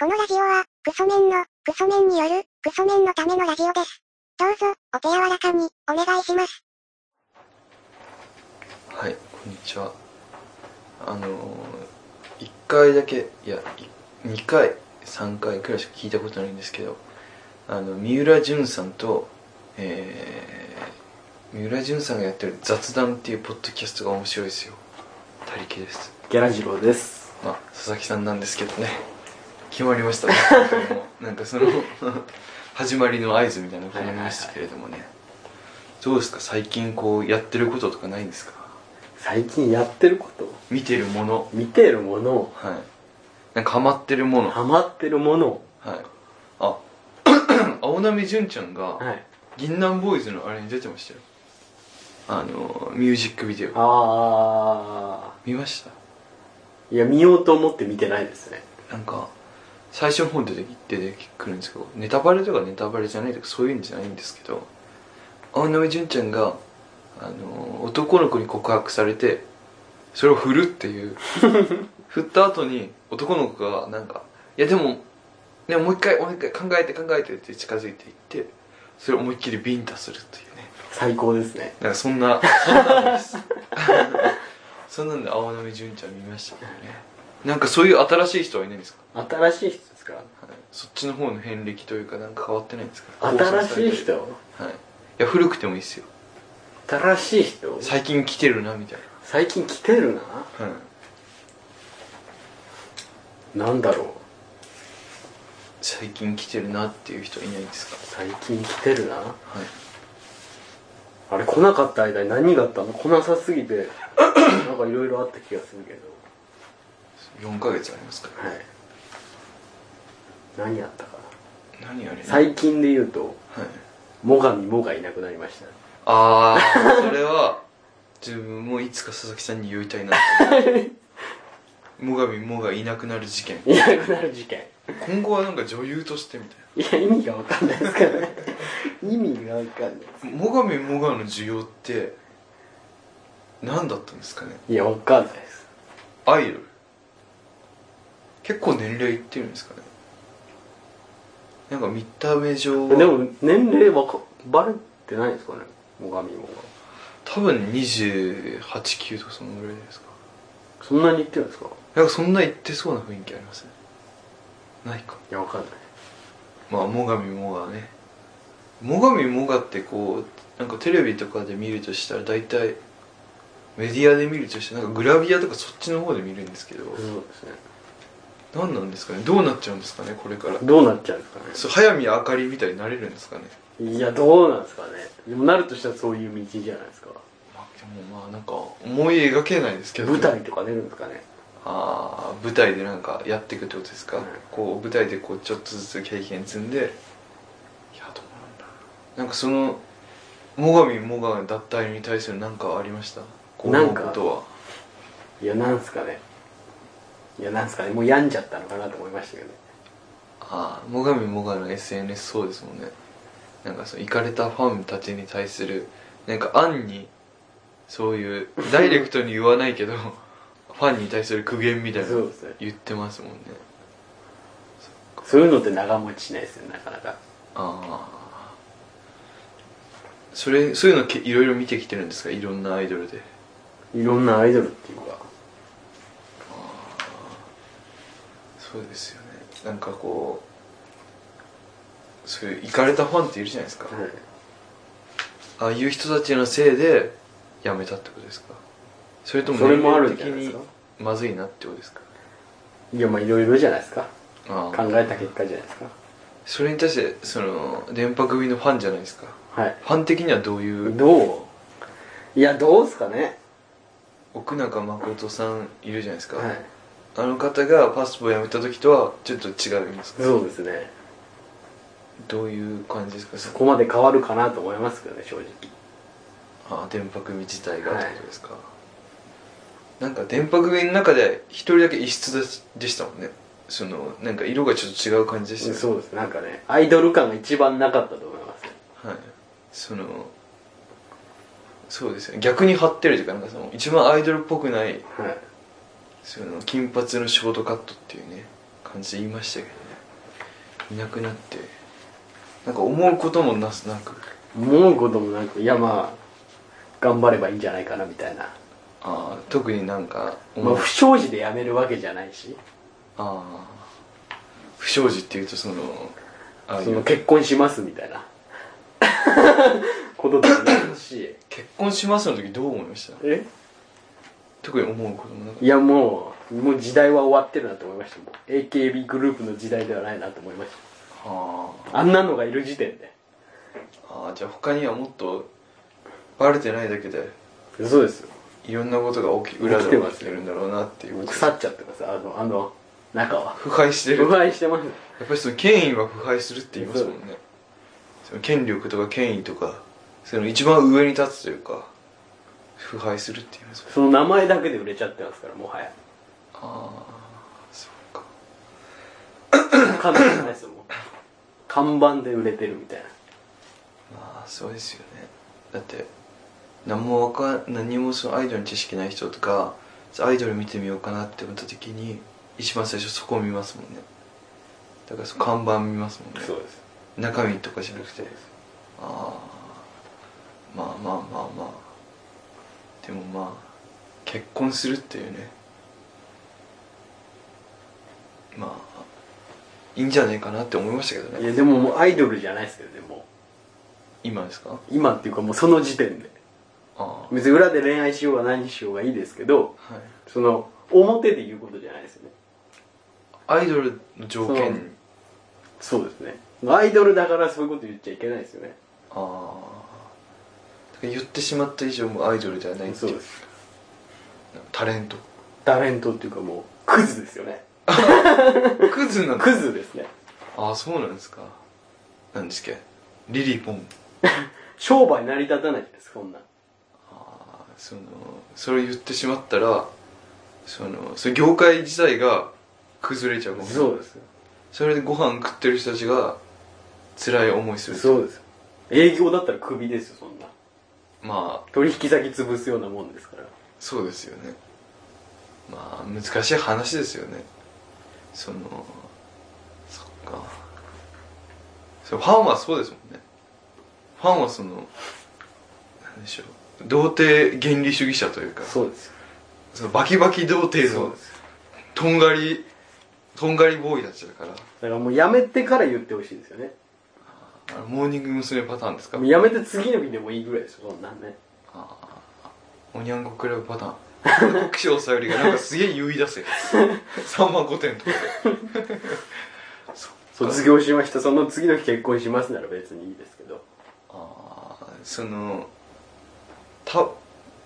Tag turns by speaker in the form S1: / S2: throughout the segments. S1: このラジオは、クソメンの、クソメンによる、クソメンのためのラジオです。どうぞ、お手柔らかに、お願いします。
S2: はい、こんにちは。あのー、1回だけ、いや、い2回、3回くらいしか聞いたことないんですけど、あの、三浦淳さんと、えー、三浦淳さんがやってる雑談っていうポッドキャストが面白いですよ。他力です。
S3: ギャラジローです。
S2: まあ、佐々木さんなんですけどね。決まりました。もうなんかその、 始まりの合図みたいなのが決まりましたけれどもね。どうですか最近こう、やってることとかないんですか
S3: 最近やってること、
S2: 見てるもの。
S3: 見てるもの、
S2: はい。なんかハマってるもの。はい。
S3: ハマってるもの、
S2: あ、 青波純ちゃんが、
S3: はい。
S2: 銀杏ボーイズのあれに出てましたよ。あの、ミュージックビデオ。
S3: あ
S2: 見ました
S3: ー、いや、見ようと思って見てないですね。
S2: なんか、最初の方出て出てくるんですけど、ネタバレとかネタバレじゃないとかそういうんじゃないんですけど、青波純ちゃんが、あの、男の子に告白されて、それを振るっていう。振った後に、男の子がなんか、いやでも、ね、もう一回、もう一回考えて考えてって近づいていって、それを思いっきりビンタするというね。
S3: 最高ですね。
S2: なんかそんな、そんなんです。そんなんで青波純ちゃん見ましたけどね。なんかそういう新しい人はいないんですか
S3: 新しい人ですか
S2: そっちの方の遍歴というかなんか変わってないんですか
S3: 新しい
S2: 考察されてる
S3: 人
S2: はいいや古くてもいいですよ
S3: 新しい人
S2: 最近来てるなみたい
S3: 最近来てる
S2: なはい
S3: ななんだろう。
S2: 最近来てるなっていう人いないんですか
S3: 最近来てるな。
S2: はい
S3: あれ、来なかった間に何があったの来なさすぎて、 なんかいろいろあった気がするけど。
S2: 4ヶ月ありますから
S3: はい。何あったか
S2: 何あれ
S3: な。最近で言うと、
S2: はい
S3: 最上もがいなくなりました。
S2: ああそれは自分もいつか佐々木さんに言いたいなと思う最上もがいなくなる事件
S3: いなくなる事件
S2: 今後はなんか女優としてみたい
S3: いや意味が分かんないですからね意味が分かんないです
S2: な最上もがの需要って何だったんですかね
S3: いや分かんないです
S2: アイドル結構年齢いってるんですかねなんか見た目上は
S3: でも年齢わかバレてないんですかね最上も
S2: 多分289とかそのぐらいですか
S3: そんなに言ってるんですか
S2: なんかそんな言ってそうな雰囲気ありますねないか
S3: いや分かんない
S2: まあ最上もがね最上もがってこうなんかテレビとかで見るとしたら大体メディアで見るとしたらなんかグラビアとかそっちの方で見るんですけど、
S3: そうですね
S2: 何なんですかねどうなっちゃうんですかねこれから
S3: どうなっちゃうんですかね
S2: そう早見あかりみたいになれるんですかね
S3: いやどうなんですかねでもなるとしたらそういう道じゃないですか
S2: まあ、でもまあなんか思い描けないですけどね、
S3: 舞台とか出るんですかね
S2: ああ舞台でなんかやっていくってことですか、
S3: はい
S2: こう舞台でこうちょっとずつ経験積んでいやどうなんだろうなんかその最上もが脱退に対する何かありましたこう
S3: な
S2: 思
S3: ん
S2: う
S3: か
S2: ことはい
S3: やなんですかねいやなんですかねもう病んじゃったのかなと思いましたけどね
S2: ああ最上もがの SNS そうですもんねなんかそう行かれたファンたちに対するなんか暗にそういうダイレクトに言わないけ どファンに対する苦言みたいな
S3: そうですね
S2: 言ってますもんね
S3: そういうのって長持ちしないですよなかなか
S2: ああそれそういうのけいろいろ見てきてるんですかいろんなアイドルで
S3: いろんなアイドルっていうか
S2: そうですよねなんかこうそういう行かれたファンっているじゃないですか、
S3: はい
S2: ああいう人たちのせいで辞めたってことですかそれとも
S3: それもあるん
S2: 年
S3: じ
S2: 齢
S3: ゃないで
S2: 的
S3: すか
S2: にまずいなってことですか
S3: いやまあいろいろじゃないですか
S2: あ
S3: 考
S2: あ
S3: えた結果じゃないですか
S2: それに対してその電波組のファンじゃないですか
S3: はい
S2: ファン的にはどういう
S3: どういやどうっすかね
S2: 奥中誠さんいるじゃないですか、
S3: はい
S2: あの方がパスポを辞めた時とはちょっと違うんですか
S3: そうですね
S2: どういう感じですか
S3: そこまで変わるかなと思いますけどね正直
S2: あ電波組自体がっ
S3: はい
S2: てことですか、なんか電波組の中で一人だけ異質ででしたもんねそのなんか色がちょっと違う感じでしたよね
S3: そうですなんかねアイドル感が一番なかったと思います
S2: はいそのそうですよね逆に張ってるというかなんかその一番アイドルっぽくない
S3: はい
S2: その金髪のショートカットっていうね感じで言いましたけどねいなくなってなんか思うこともなすなく
S3: 思うこともなくいやまあ頑張ればいいんじゃないかなみたいな、
S2: あー特になんか思
S3: ま
S2: う、
S3: あ不祥事でやめるわけじゃないし
S2: あー不祥事っていうとそのああい
S3: その
S2: う
S3: 結婚しますみたいな ことでもないし
S2: 結婚しますの時どう思いました
S3: え
S2: 特に思うこともなかった
S3: いやもうもう時代は終わってるなと思いましたもう AKB グループの時代ではないなと思いまし
S2: あー
S3: たあんなのがいる時点で
S2: あーじゃあ他にはもっとバレてないだけで
S3: そうですよ
S2: いろんなことが起き裏
S3: 起
S2: で
S3: きてま
S2: 起
S3: す
S2: きてるんだろうなっていうこと
S3: 腐っちゃってますあのあの中は
S2: 腐敗してる
S3: 腐敗してます
S2: やっぱりその権威は腐敗するって言いますもんねその権力とか権威とかその一番上に立つというか腐敗するって言いますもんね
S3: その名前だけで売れちゃってますからもはや
S2: ああそうか
S3: 関係ないですよもう看板で売れてるみたいな
S2: まあそうですよねだって何もわかん何もそのアイドルの知識ない人とかアイドル見てみようかなって思った時に一番最初そこを見ますもんねだからその看板見ますもんね
S3: そうです
S2: 中身とかじゃなくて
S3: そうです
S2: ああまあまあまあまあでもまあ結婚するっていうねまあいいんじゃないかなって思いましたけど
S3: い
S2: ね
S3: やでももうアイドルじゃないですけどねも
S2: 今ですか
S3: う今っていうかもうその時点で
S2: あ
S3: 別に裏で恋愛しようが何しようがいいですけど
S2: あはい
S3: その表で言うことじゃないですよね
S2: アイドルの条
S3: そう
S2: 件
S3: そうですねアイドルだからそういうこと言っちゃいけないですよね
S2: ああだから言ってしまった以上もうアイドルではないって
S3: そう
S2: いう
S3: です
S2: タレント
S3: タレントっていうかもうクズですよね
S2: クズなの
S3: クズですね
S2: ああそうなんですかなんですっけリリポン
S3: 商売成り立たないですこんなん
S2: あーそのそれ言ってしまったらそのその業界自体が崩れちゃうかも
S3: そうですよ
S2: それでご飯食ってる人たちが辛い思いする
S3: そうですよ営業だったらクビですよそんな
S2: まあ
S3: 取引先潰すようなもんですから
S2: そうですよねまあ難しい話ですよねそのそっかそうファンはそうですもんねファンはそのなんでしょう童貞原理主義者というか
S3: そうですよ
S2: そのバキバキ童貞
S3: そう
S2: の
S3: ですよ
S2: とんがりとんがりボーイたちだから
S3: だからもうやめてから言ってほしいですよね
S2: あのモーニング娘。パターンですか
S3: もうやめて次の日でもいいぐらいですよそんなんね
S2: あーおにゃんこクラブパターン国生さゆりがなんかすげえ言い出せ 3万5点とかで
S3: 卒業しましたその次の日結婚しますなら別にいいですけど
S2: ああそのた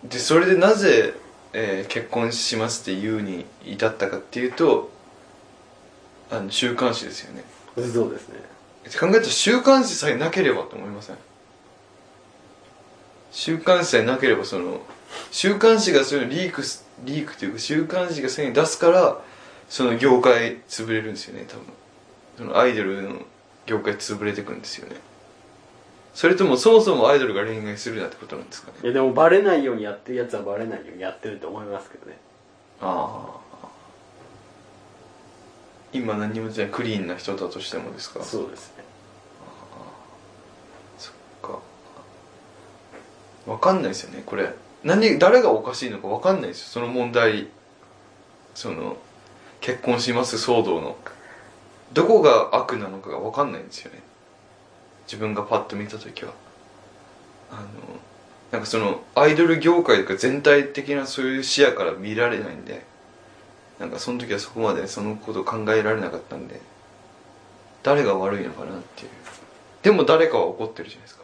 S2: でそれでなぜ、えー結婚しますって言うに至ったかっていうとあの週刊誌ですよね
S3: そうですね
S2: って考えたら週刊誌さえなければと思いません週刊誌さえなければその週刊誌がそういうのリークすリークというか週刊誌がそういうの出すからその業界潰れるんですよね多分そのアイドルの業界潰れてくんですよねそれともそもそもアイドルが恋愛するなってことなんですかね
S3: いやでもバレないようにやってるやつはバレないようにやってると思いますけどね
S2: ああ今何もじゃないクリーンな人だとしてもですか
S3: そうですね
S2: そっかわかんないですよねこれ何誰がおかしいのかわかんないですよその問題その結婚します騒動のどこが悪なのかがわかんないんですよね自分がパッと見た時はあのなんかそのアイドル業界とか全体的なそういう視野から見られないんでなんかその時はそこまでそのことを考えられなかったんで誰が悪いのかなっていうでも誰かは怒ってるじゃないですか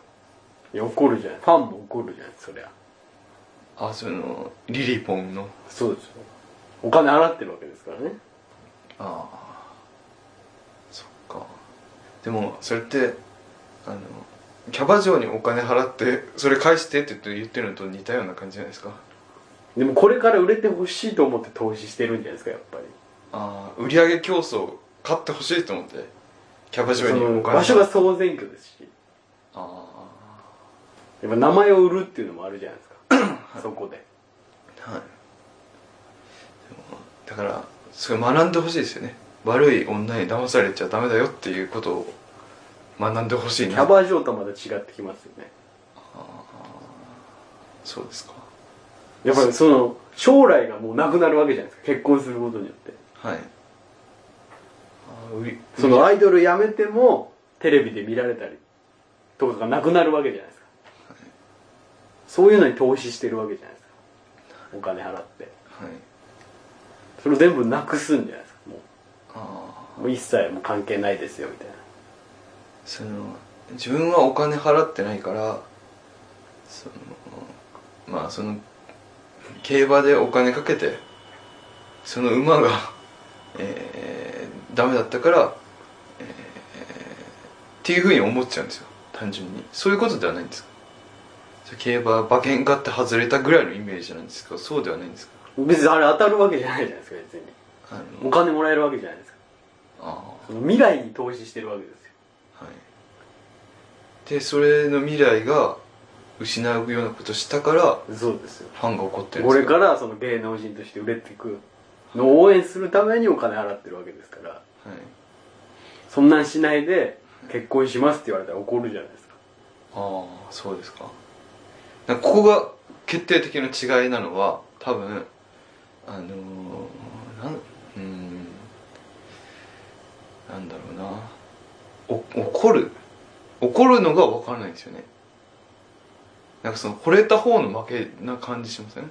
S3: いや怒るじゃないファンも怒るじゃないそりゃ
S2: あそのリリポンの
S3: そうですよお金払ってるわけですからね
S2: ああそっかでもそれってあのキャバ嬢にお金払ってそれ返してって言って言ってるのと似たような感じじゃないですか
S3: でもこれから売れてほしいと思って投資してるんじゃないですかやっぱり
S2: ああ売上競争買ってほしいと思ってキャバ嬢
S3: そ
S2: に
S3: の
S2: お金
S3: 場所が総選挙ですし
S2: あ
S3: やっぱ名前を売るっていうのもあるじゃないです かそこで
S2: あはいでもだからすごい学んでほしいですよね悪い女に騙されちゃダメだよっていうことを学んでほしい
S3: キ
S2: な
S3: ャバ嬢とまた違ってきますよね
S2: そうですか
S3: やっぱりその将来がもうなくなるわけじゃないですか結婚することによって
S2: はいあー売り
S3: そのアイドル辞めてもテレビで見られたりとかがなくなるわけじゃないですか、そういうのに投資してるわけじゃないですかお金払って
S2: はい
S3: それを全部なくすんじゃないですかも
S2: ああ
S3: うもう一切もう関係ないですよみたいな
S2: その自分はお金払ってないからそのまあその競馬でお金かけてその馬が、えー、ダメだったから、えーっていうふうに思っちゃうんですよ単純にそういうことではないんですかそれ競馬馬券買って外れたぐらいのイメージなんですけどそうではないんですか
S3: 別にあれ当たるわけじゃないじゃないですか別に
S2: あ
S3: お
S2: の
S3: 金もらえるわけじゃないですか
S2: あ
S3: その未来に投資してるわけですよ
S2: あはいでそれの未来が失うようなことしたから
S3: そうですよ
S2: ファンが怒ってるん
S3: こ
S2: です
S3: れ
S2: よ
S3: からその芸能人として売れていくのを応援するためにお金払ってるわけですから
S2: はい、
S3: そんなんしないで結婚しますって言われたら怒るじゃないですか
S2: ああそうですかなんかここが決定的な違いなのは多分あのー、なんうんなんだろうなお怒る怒るのが分からないんですよねなんかその惚れた方の負けな感じしません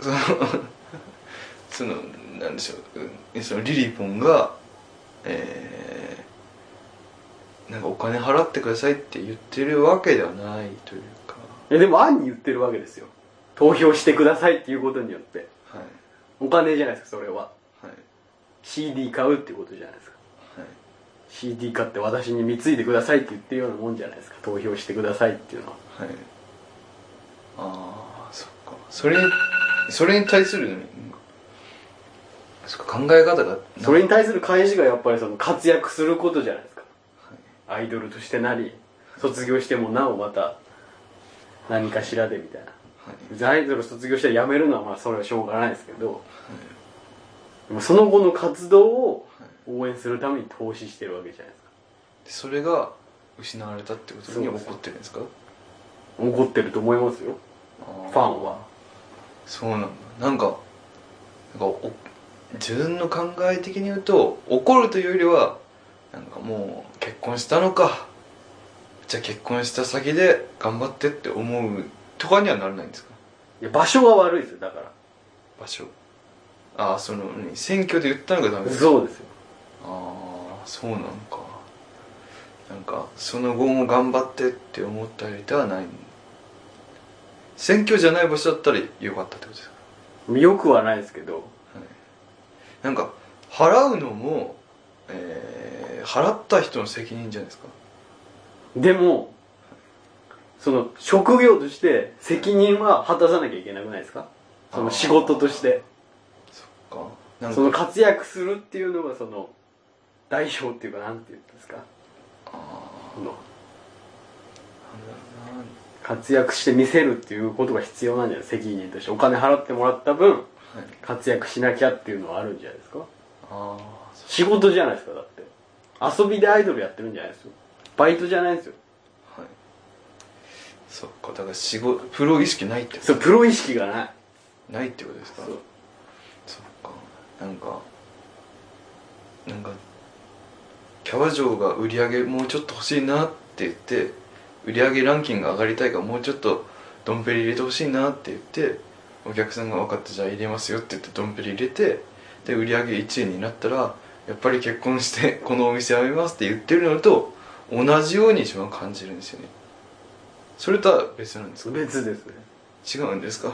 S2: その そのなんでしょううんそのリリポンがえー、なんかお金払ってくださいって言ってるわけではないというか
S3: えでも暗に言ってるわけですよ投票してくださいっていうことによって
S2: はい
S3: お金じゃないですかそれは
S2: はい
S3: CD 買うってことじゃないですか
S2: はい
S3: CD 買って私に貢いでくださいって言ってるようなもんじゃないですか投票してくださいっていうのは
S2: はいああそっかそれにそれに対するうんそっか考え方が
S3: それに対する返しがやっぱりその活躍することじゃないですか
S2: はい
S3: アイドルとしてなり卒業してもなおまた何かしらでみたいな
S2: はい
S3: 別にアイドル卒業して辞めるのはまあそれはしょうがないですけどでもその後の活動を応援するために投資してるわけじゃないですか
S2: それが失われたってことに怒ってるんですか
S3: 怒ってると思いますよ
S2: フ
S3: ファンは
S2: そうなんだなんかなんかお自分の考え的に言うと怒るというよりはなんかもう結婚したのかじゃあ結婚した先で頑張ってって思うとかにはならないんですか
S3: いや場所が悪いですよだか
S2: 場所ああその何選挙で言ったのがダメ
S3: ら
S2: です
S3: そうですよ
S2: ああそうなんかなんかその後も頑張ってって思ったりではない選挙じゃない場所だったらよかったってことですか
S3: よくはないですけど
S2: なんか払うのも、えー払った人の責任じゃないですか
S3: でもその職業として責任は果たさなきゃいけなくないですかその仕事として
S2: そっかなん
S3: その
S2: か
S3: 活躍するっていうのがその代表っていうかなんて言うんですか
S2: あ
S3: そ
S2: ー
S3: の
S2: なんだろうな
S3: 活躍して見せるっていうことが必要なんじゃない責任としてお金払ってもらった分
S2: はい
S3: 活躍しなきゃっていうのはあるんじゃないですか
S2: あ
S3: 仕事じゃないですかだって遊びでアイドルやってるんじゃないですよバイトじゃないですよ
S2: あはいそっかだから仕事プロ意識ないって
S3: それプロ意識がない
S2: ないってことですか
S3: そう
S2: そっかなんかなんかキャバ嬢が売り上げもうちょっと欲しいなって言って売り上げランキングが上がりたいからもうちょっとドンペリ入れてほしいなって言ってお客さんが分かったじゃあ入れますよって言ってドンペリ入れてで売り上げ1位になったらやっぱり結婚して このお店辞めますって言ってるのと同じように自分は感じるんですよねそれとは別なんですか
S3: 別ですね
S2: 違うんですか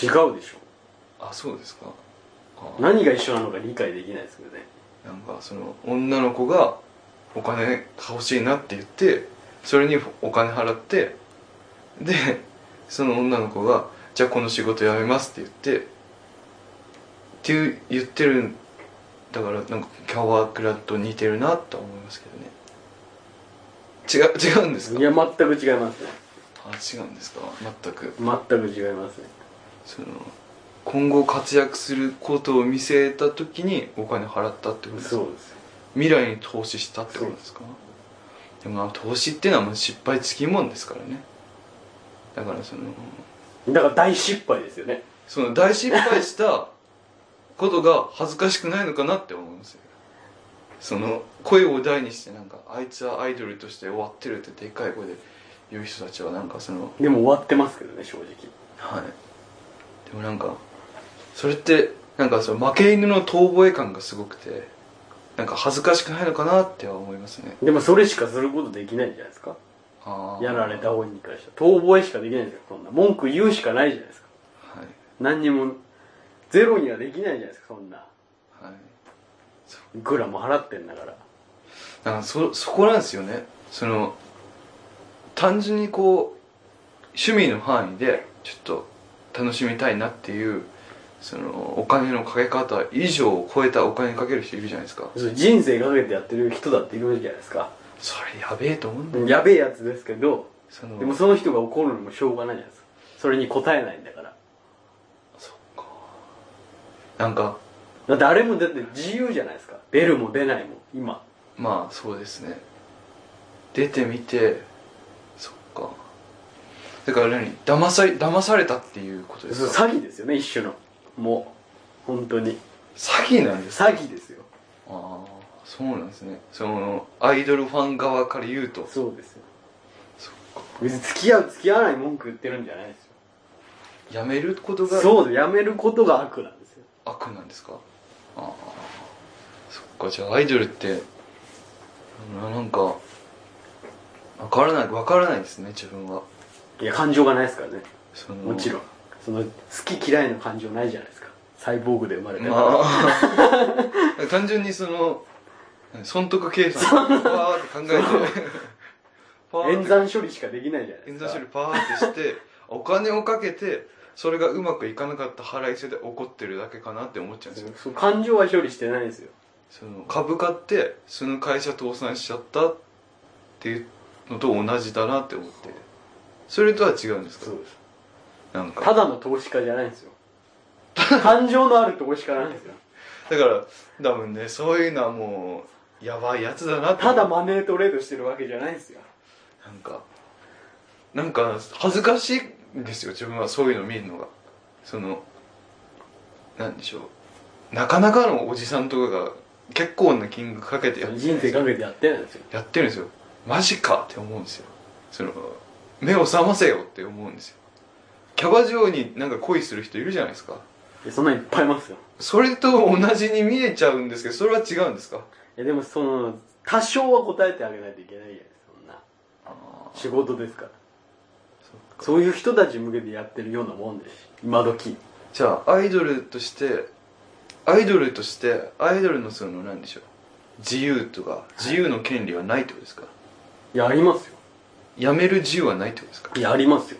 S3: 違うでしょ
S2: あそうですかあー
S3: 何が一緒なのか理解できないですけどね
S2: なんかその女の子がお金が欲しいなって言ってそれにお金払ってでその女の子が「じゃあこの仕事辞めます」って言ってっていう言ってるだからなんかキャワクラと似てるなとは思いますけどね違う違うんですか
S3: いや全く違いますね
S2: あ違うんですか全く
S3: 全く違いますね
S2: その今後活躍することを見せた時にお金払ったってことですか
S3: そうですよ
S2: 未来に投資したってことですかでも投資ってのはもう失敗つきもんですからねだからその
S3: だから大失敗ですよね
S2: その大失敗したことが恥ずかしくないのかなって思うんですよその声を大にしてなんかあいつはアイドルとして終わってるってでっかい声で言う人たちはなんかその
S3: でも終わってますけどね正直
S2: はいでもなんかそれってなんかその負け犬の遠吠え感がすごくてなんか恥ずかしくないのかなっては思いますね
S3: でもそれしかすることできないんじゃないですか
S2: あー
S3: やられた
S2: はい
S3: 方に関しては遠吠えしかできないんですよそんな文句言うしかないじゃないですか何にもゼロにはできないじゃないですかそんな
S2: はい
S3: いくらも払ってんだから
S2: だからそそこなんですよねその単純にこう趣味の範囲でちょっと楽しみたいなっていうそのお金のかけ方以上を超えたお金かける人いるじゃないですか
S3: そう人生かけてやってる人だっているじゃないですか
S2: それやべえと思うんだよ
S3: やべえやつですけど
S2: その
S3: でもその人が怒るのもしょうがないじゃないですかそれに応えないんだから
S2: そっかなんか
S3: だってあれもだって自由じゃないですか出るも出ないも今
S2: まあそうですね出てみてそっかだから何騙され騙されたっていうことですか
S3: 詐欺ですよね一種のもう本当に
S2: 詐欺なんですか
S3: 詐欺ですよ
S2: ああそうなんですねそのアイドルファン側から言うと
S3: そうですよ
S2: そっか
S3: 別に付き合う付き合わない文句言ってるんじゃないですよ
S2: やめることが
S3: そうやめることが悪なんですよ
S2: 悪なんですかああそっかじゃあアイドルってななんかわからないわからないですね自分はい
S3: や感情がないですからね
S2: その
S3: もちろんその好き嫌いの感情ないじゃないですかサイボーグで生まれて
S2: まあ単純にその損得計算わーって考えて パー
S3: 演
S2: って
S3: 算処理しかできないじゃないで
S2: 演
S3: すか
S2: 算処理パーって してお金をかけてそれがうまくいかなかった腹いせで怒ってるだけかなって思っちゃうんですよ
S3: そう感情は処理してないんですよ
S2: その株買ってその会社倒産しちゃったっていうのと同じだなって思ってそれとは違うんですか
S3: そうです
S2: なんか
S3: ただの投資家じゃないんですよ感情のある投資家なんですよ
S2: だから多分ねそういうのはもうやばいやつだなって
S3: ただマネートレードしてるわけじゃないんですよ
S2: なんかなんか恥ずかしいんですよ自分はそういうの見るのがそのなんでしょうなかなかのおじさんとかが結構な金額かけてやって
S3: 人生かけてやってないんですよ
S2: やってるんですよマジかって思うんですよその目を覚ませよって思うんですよキャバ嬢になんか恋する人いるじゃないですか
S3: いやそんなんいっぱいいますよ
S2: それと同じに見えちゃうんですけどそれは違うんですか
S3: いやでもその多少は答えてあげないといけないじゃないですかそんな
S2: あ
S3: 仕事ですから
S2: あ
S3: そういう人たち向けてやってるようなもんですし今時
S2: じゃあアイドルとしてアイドルとしてアイドルのその何でしょう自由とか自由の権利はないってことですか、
S3: いやありますよ
S2: やめる自由はないってことですか
S3: いやありますよ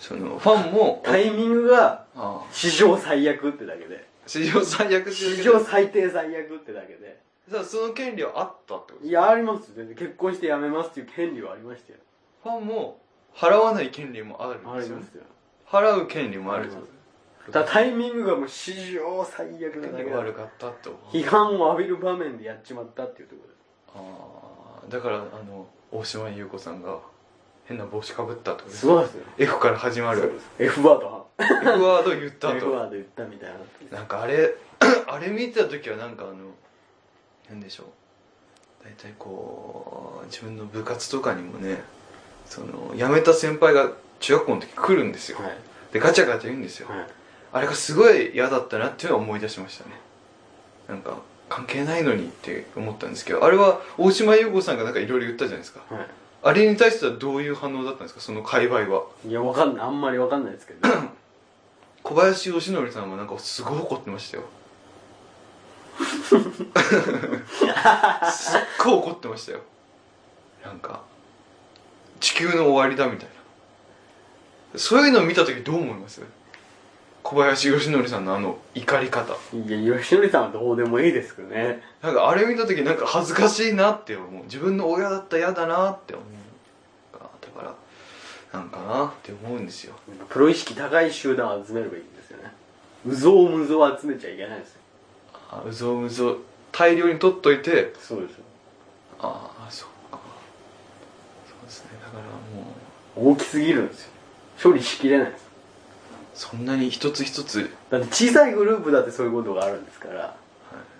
S2: そのファンも
S3: タイミングが
S2: ああ
S3: 史上最悪ってだけで
S2: 史上最悪っていうだけ
S3: 史
S2: で
S3: 上最低最悪ってだけで
S2: じゃあその権利はあったってことですか
S3: いやありますよ全然結婚して辞めますっていう権利はありましたよ
S2: ファンも払わない権利もあるん
S3: あ
S2: で
S3: り
S2: すよね
S3: ますよ
S2: 払う権利もあるってこと
S3: だからタイミングがもう史上最悪なだ
S2: 権
S3: け
S2: 利が
S3: だ
S2: 悪かったってこと
S3: 批判を浴びる場面でやっちまったっていうところです
S2: ああだからあの大島優子さんが変な帽子かぶったってことです
S3: す
S2: か
S3: ごいですよ
S2: F から始ま
S3: そう
S2: る
S3: です F ワード
S2: F ワード言った
S3: F
S2: と
S3: ワード言ったみたいな
S2: なんかあれ あれ見てた時はなんかあのなんでしょう大体こう自分の部活とかにもねその辞めた先輩が中学校の時来るんですよ、
S3: はい
S2: でガチャガチャ言うんですよ、
S3: はい
S2: あれがすごい嫌だったなっていうのは思い出しましたねなんか関係ないのにって思ったんですけどあれは大島優子さんがなんかいろいろ言ったじゃないですか
S3: は
S2: あれに対してはどういう反応だったんですかその界隈はい
S3: いやわかんないあんまりわかんないですけど
S2: 小林義則さんはなんかすごい怒ってましたよすっごい怒ってましたよなんか地球の終わりだみたいなそういうのを見た時どう思います小林義則さんのあの怒り方
S3: いや吉典さんはどうでもいいですけどね
S2: なんかあれ見た時なんか恥ずかしいなって思う自分の親だったら嫌だなって思うかだからなんかなって思うんですよ
S3: プロ意識高い集団を集めればいいんですよねうぞうむぞう集めちゃいけないんですよ
S2: あうぞうむぞう大量に取っといて
S3: そうですよ
S2: ああそうかそうですねだからもう
S3: 大きすぎるんですよ処理しきれないんです
S2: そんなに一つ一つ
S3: だって小さいグループだってそういうことがあるんですから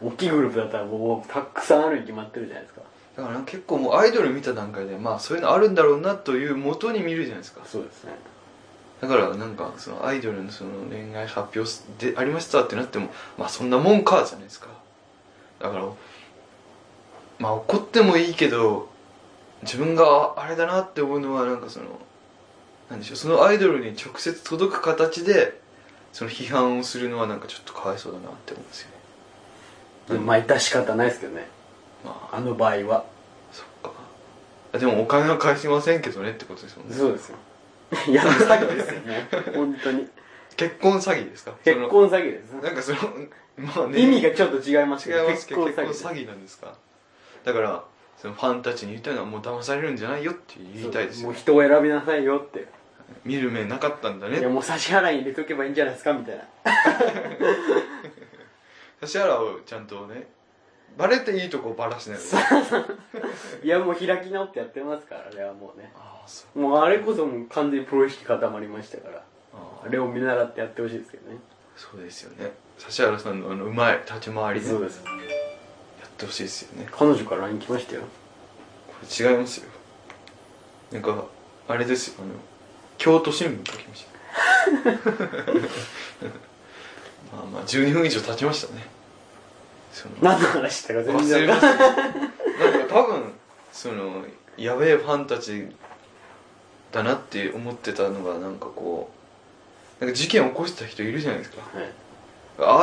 S3: 大きいグループだったらもうたくさんあるに決まってるじゃないですか
S2: だから結構もうアイドル見た段階でまあそういうのあるんだろうなという元に見るじゃないですか
S3: そうですね
S2: だからなんかそのアイドルのその恋愛発表すでありましたってなってもまあそんなもんかじゃないですかだからまあ怒ってもいいけど自分があれだなって思うのはなんかそのなんでしょうそのアイドルに直接届く形でその批判をするのはなんかちょっとかわいそうだなって思うんですよね
S3: でもまあ致し方ないですけどね
S2: まあ
S3: あの場合は
S2: そっかあでもお金は返しませんけどねってことですもんね
S3: そう ですよやる詐欺ですよね本当に
S2: 結婚詐欺ですか
S3: 結
S2: その
S3: 婚詐欺です
S2: なんかそのまあね
S3: 意味がちょっと違いますけ
S2: 違
S3: ど
S2: いますけど結
S3: 詐
S2: 婚
S3: 欺です
S2: 詐欺なんですかだからそのファンたちに言いたいのはもう騙されるんじゃないよって言いたいです
S3: も
S2: よ
S3: う人を選びなさいよって
S2: 見る目なかったんだ
S3: いや
S2: ね
S3: もう差し払いに入れとけばいいんじゃないですかみたい な
S2: 指原をちゃんとねバレていいとこバラしないと
S3: いやもう開き直ってやってますからあれはもうね
S2: ああそう
S3: もうあれこそもう完全にプロ意識固まりましたから
S2: あ
S3: あれを見習ってやってほしいですけどね
S2: そうですよね指原さんのあのうまい立ち回りね
S3: そうです
S2: やってほしいですよね
S3: 彼女から LINE 来ましたよ
S2: これ違いますよなんかあれですよあの京都新聞書きました まあまあ12分以上経ちましたねその
S3: 何の話したか全
S2: 忘れ
S3: 然
S2: ま
S3: わ
S2: し
S3: か
S2: た
S3: んない
S2: なんか多分そのやべえファンたちだなって思ってたのがなんかこうなんか事件起こした人いるじゃないですか
S3: はい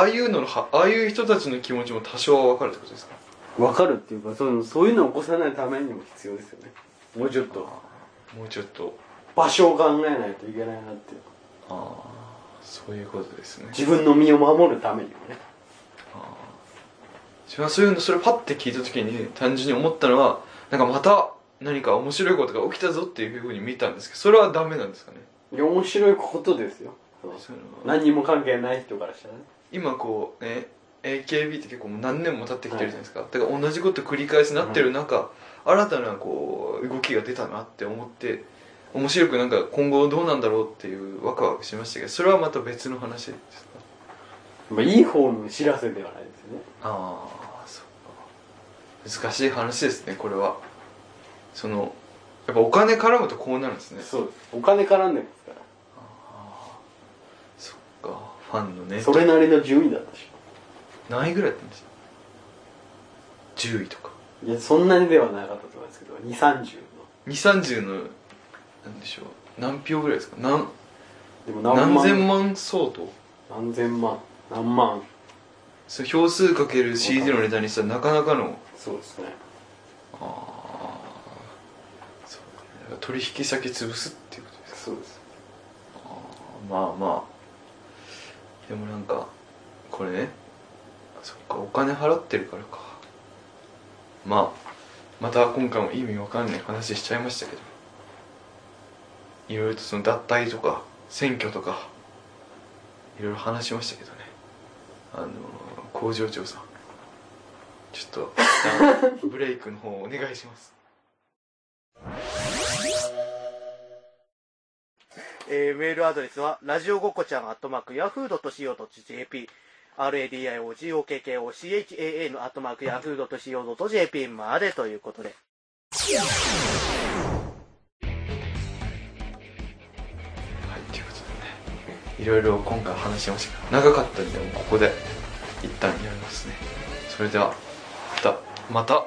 S2: ああいうののはああいう人たちの気持ちも多少は分かるってことですか
S3: わかるっていうかそのそういうのを起こさないためにも必要ですよねもうちょっと
S2: もうちょっと
S3: 場所を考えないといけないなっていう
S2: ああそういうことですね
S3: 自分の身を守るためにもね
S2: 自分はそういうのそれパッて聞いた時に単純に思ったのはなんかまた何か面白いことが起きたぞっていうふうに見たんですけどそれはダメなんですかね
S3: いや面白いことですよその
S2: そういうのは
S3: 何にも関係ない人からしたらね
S2: 今こうね AKB って結構もう何年も経ってきてるじゃないですか、だから同じこと繰り返しなってる中、新たなこう動きが出たなって思って面白くなんか今後どうなんだろうっていうワクワクしましたけどそれはまた別の話ですか
S3: まあ、いい方の知らせではないですよね
S2: ああそうか難しい話ですねこれはそのやっぱお金絡むとこうなるんですね
S3: そうですお金絡んでますから
S2: そっかファンのね
S3: それなりの順位だったし
S2: 何位ぐらいだったんですか10位とか
S3: いやそんなにではなかったと思いますけど2 3 0の
S2: 2三3 0のなんでしょう何票ぐらいですか何
S3: でも何万
S2: 何千万相当
S3: 何千万何万
S2: その票数かける CD のネタにしたらなかなかの
S3: そうですね
S2: ああそうかねだから取引先潰すっていうことですか
S3: そうです
S2: まあまあでもなんかこれねそっかお金払ってるからかまあまた今回も意味わかんない話しちゃいましたけどいろいろとその脱退とか選挙とかいろいろ話しましたけどねあの工場長さんちょっと一旦ブレイクの方お願いします
S4: えーメールアドレスは、ラジオごっこちゃん、アットマーク、ヤフー .co.jp、radiogokkocha のアットマーク、ヤフー .co.jp までということで。
S2: はいということでねいろいろ今回話しましたけど長かったんでもうここで一旦やりますねそれではまたまた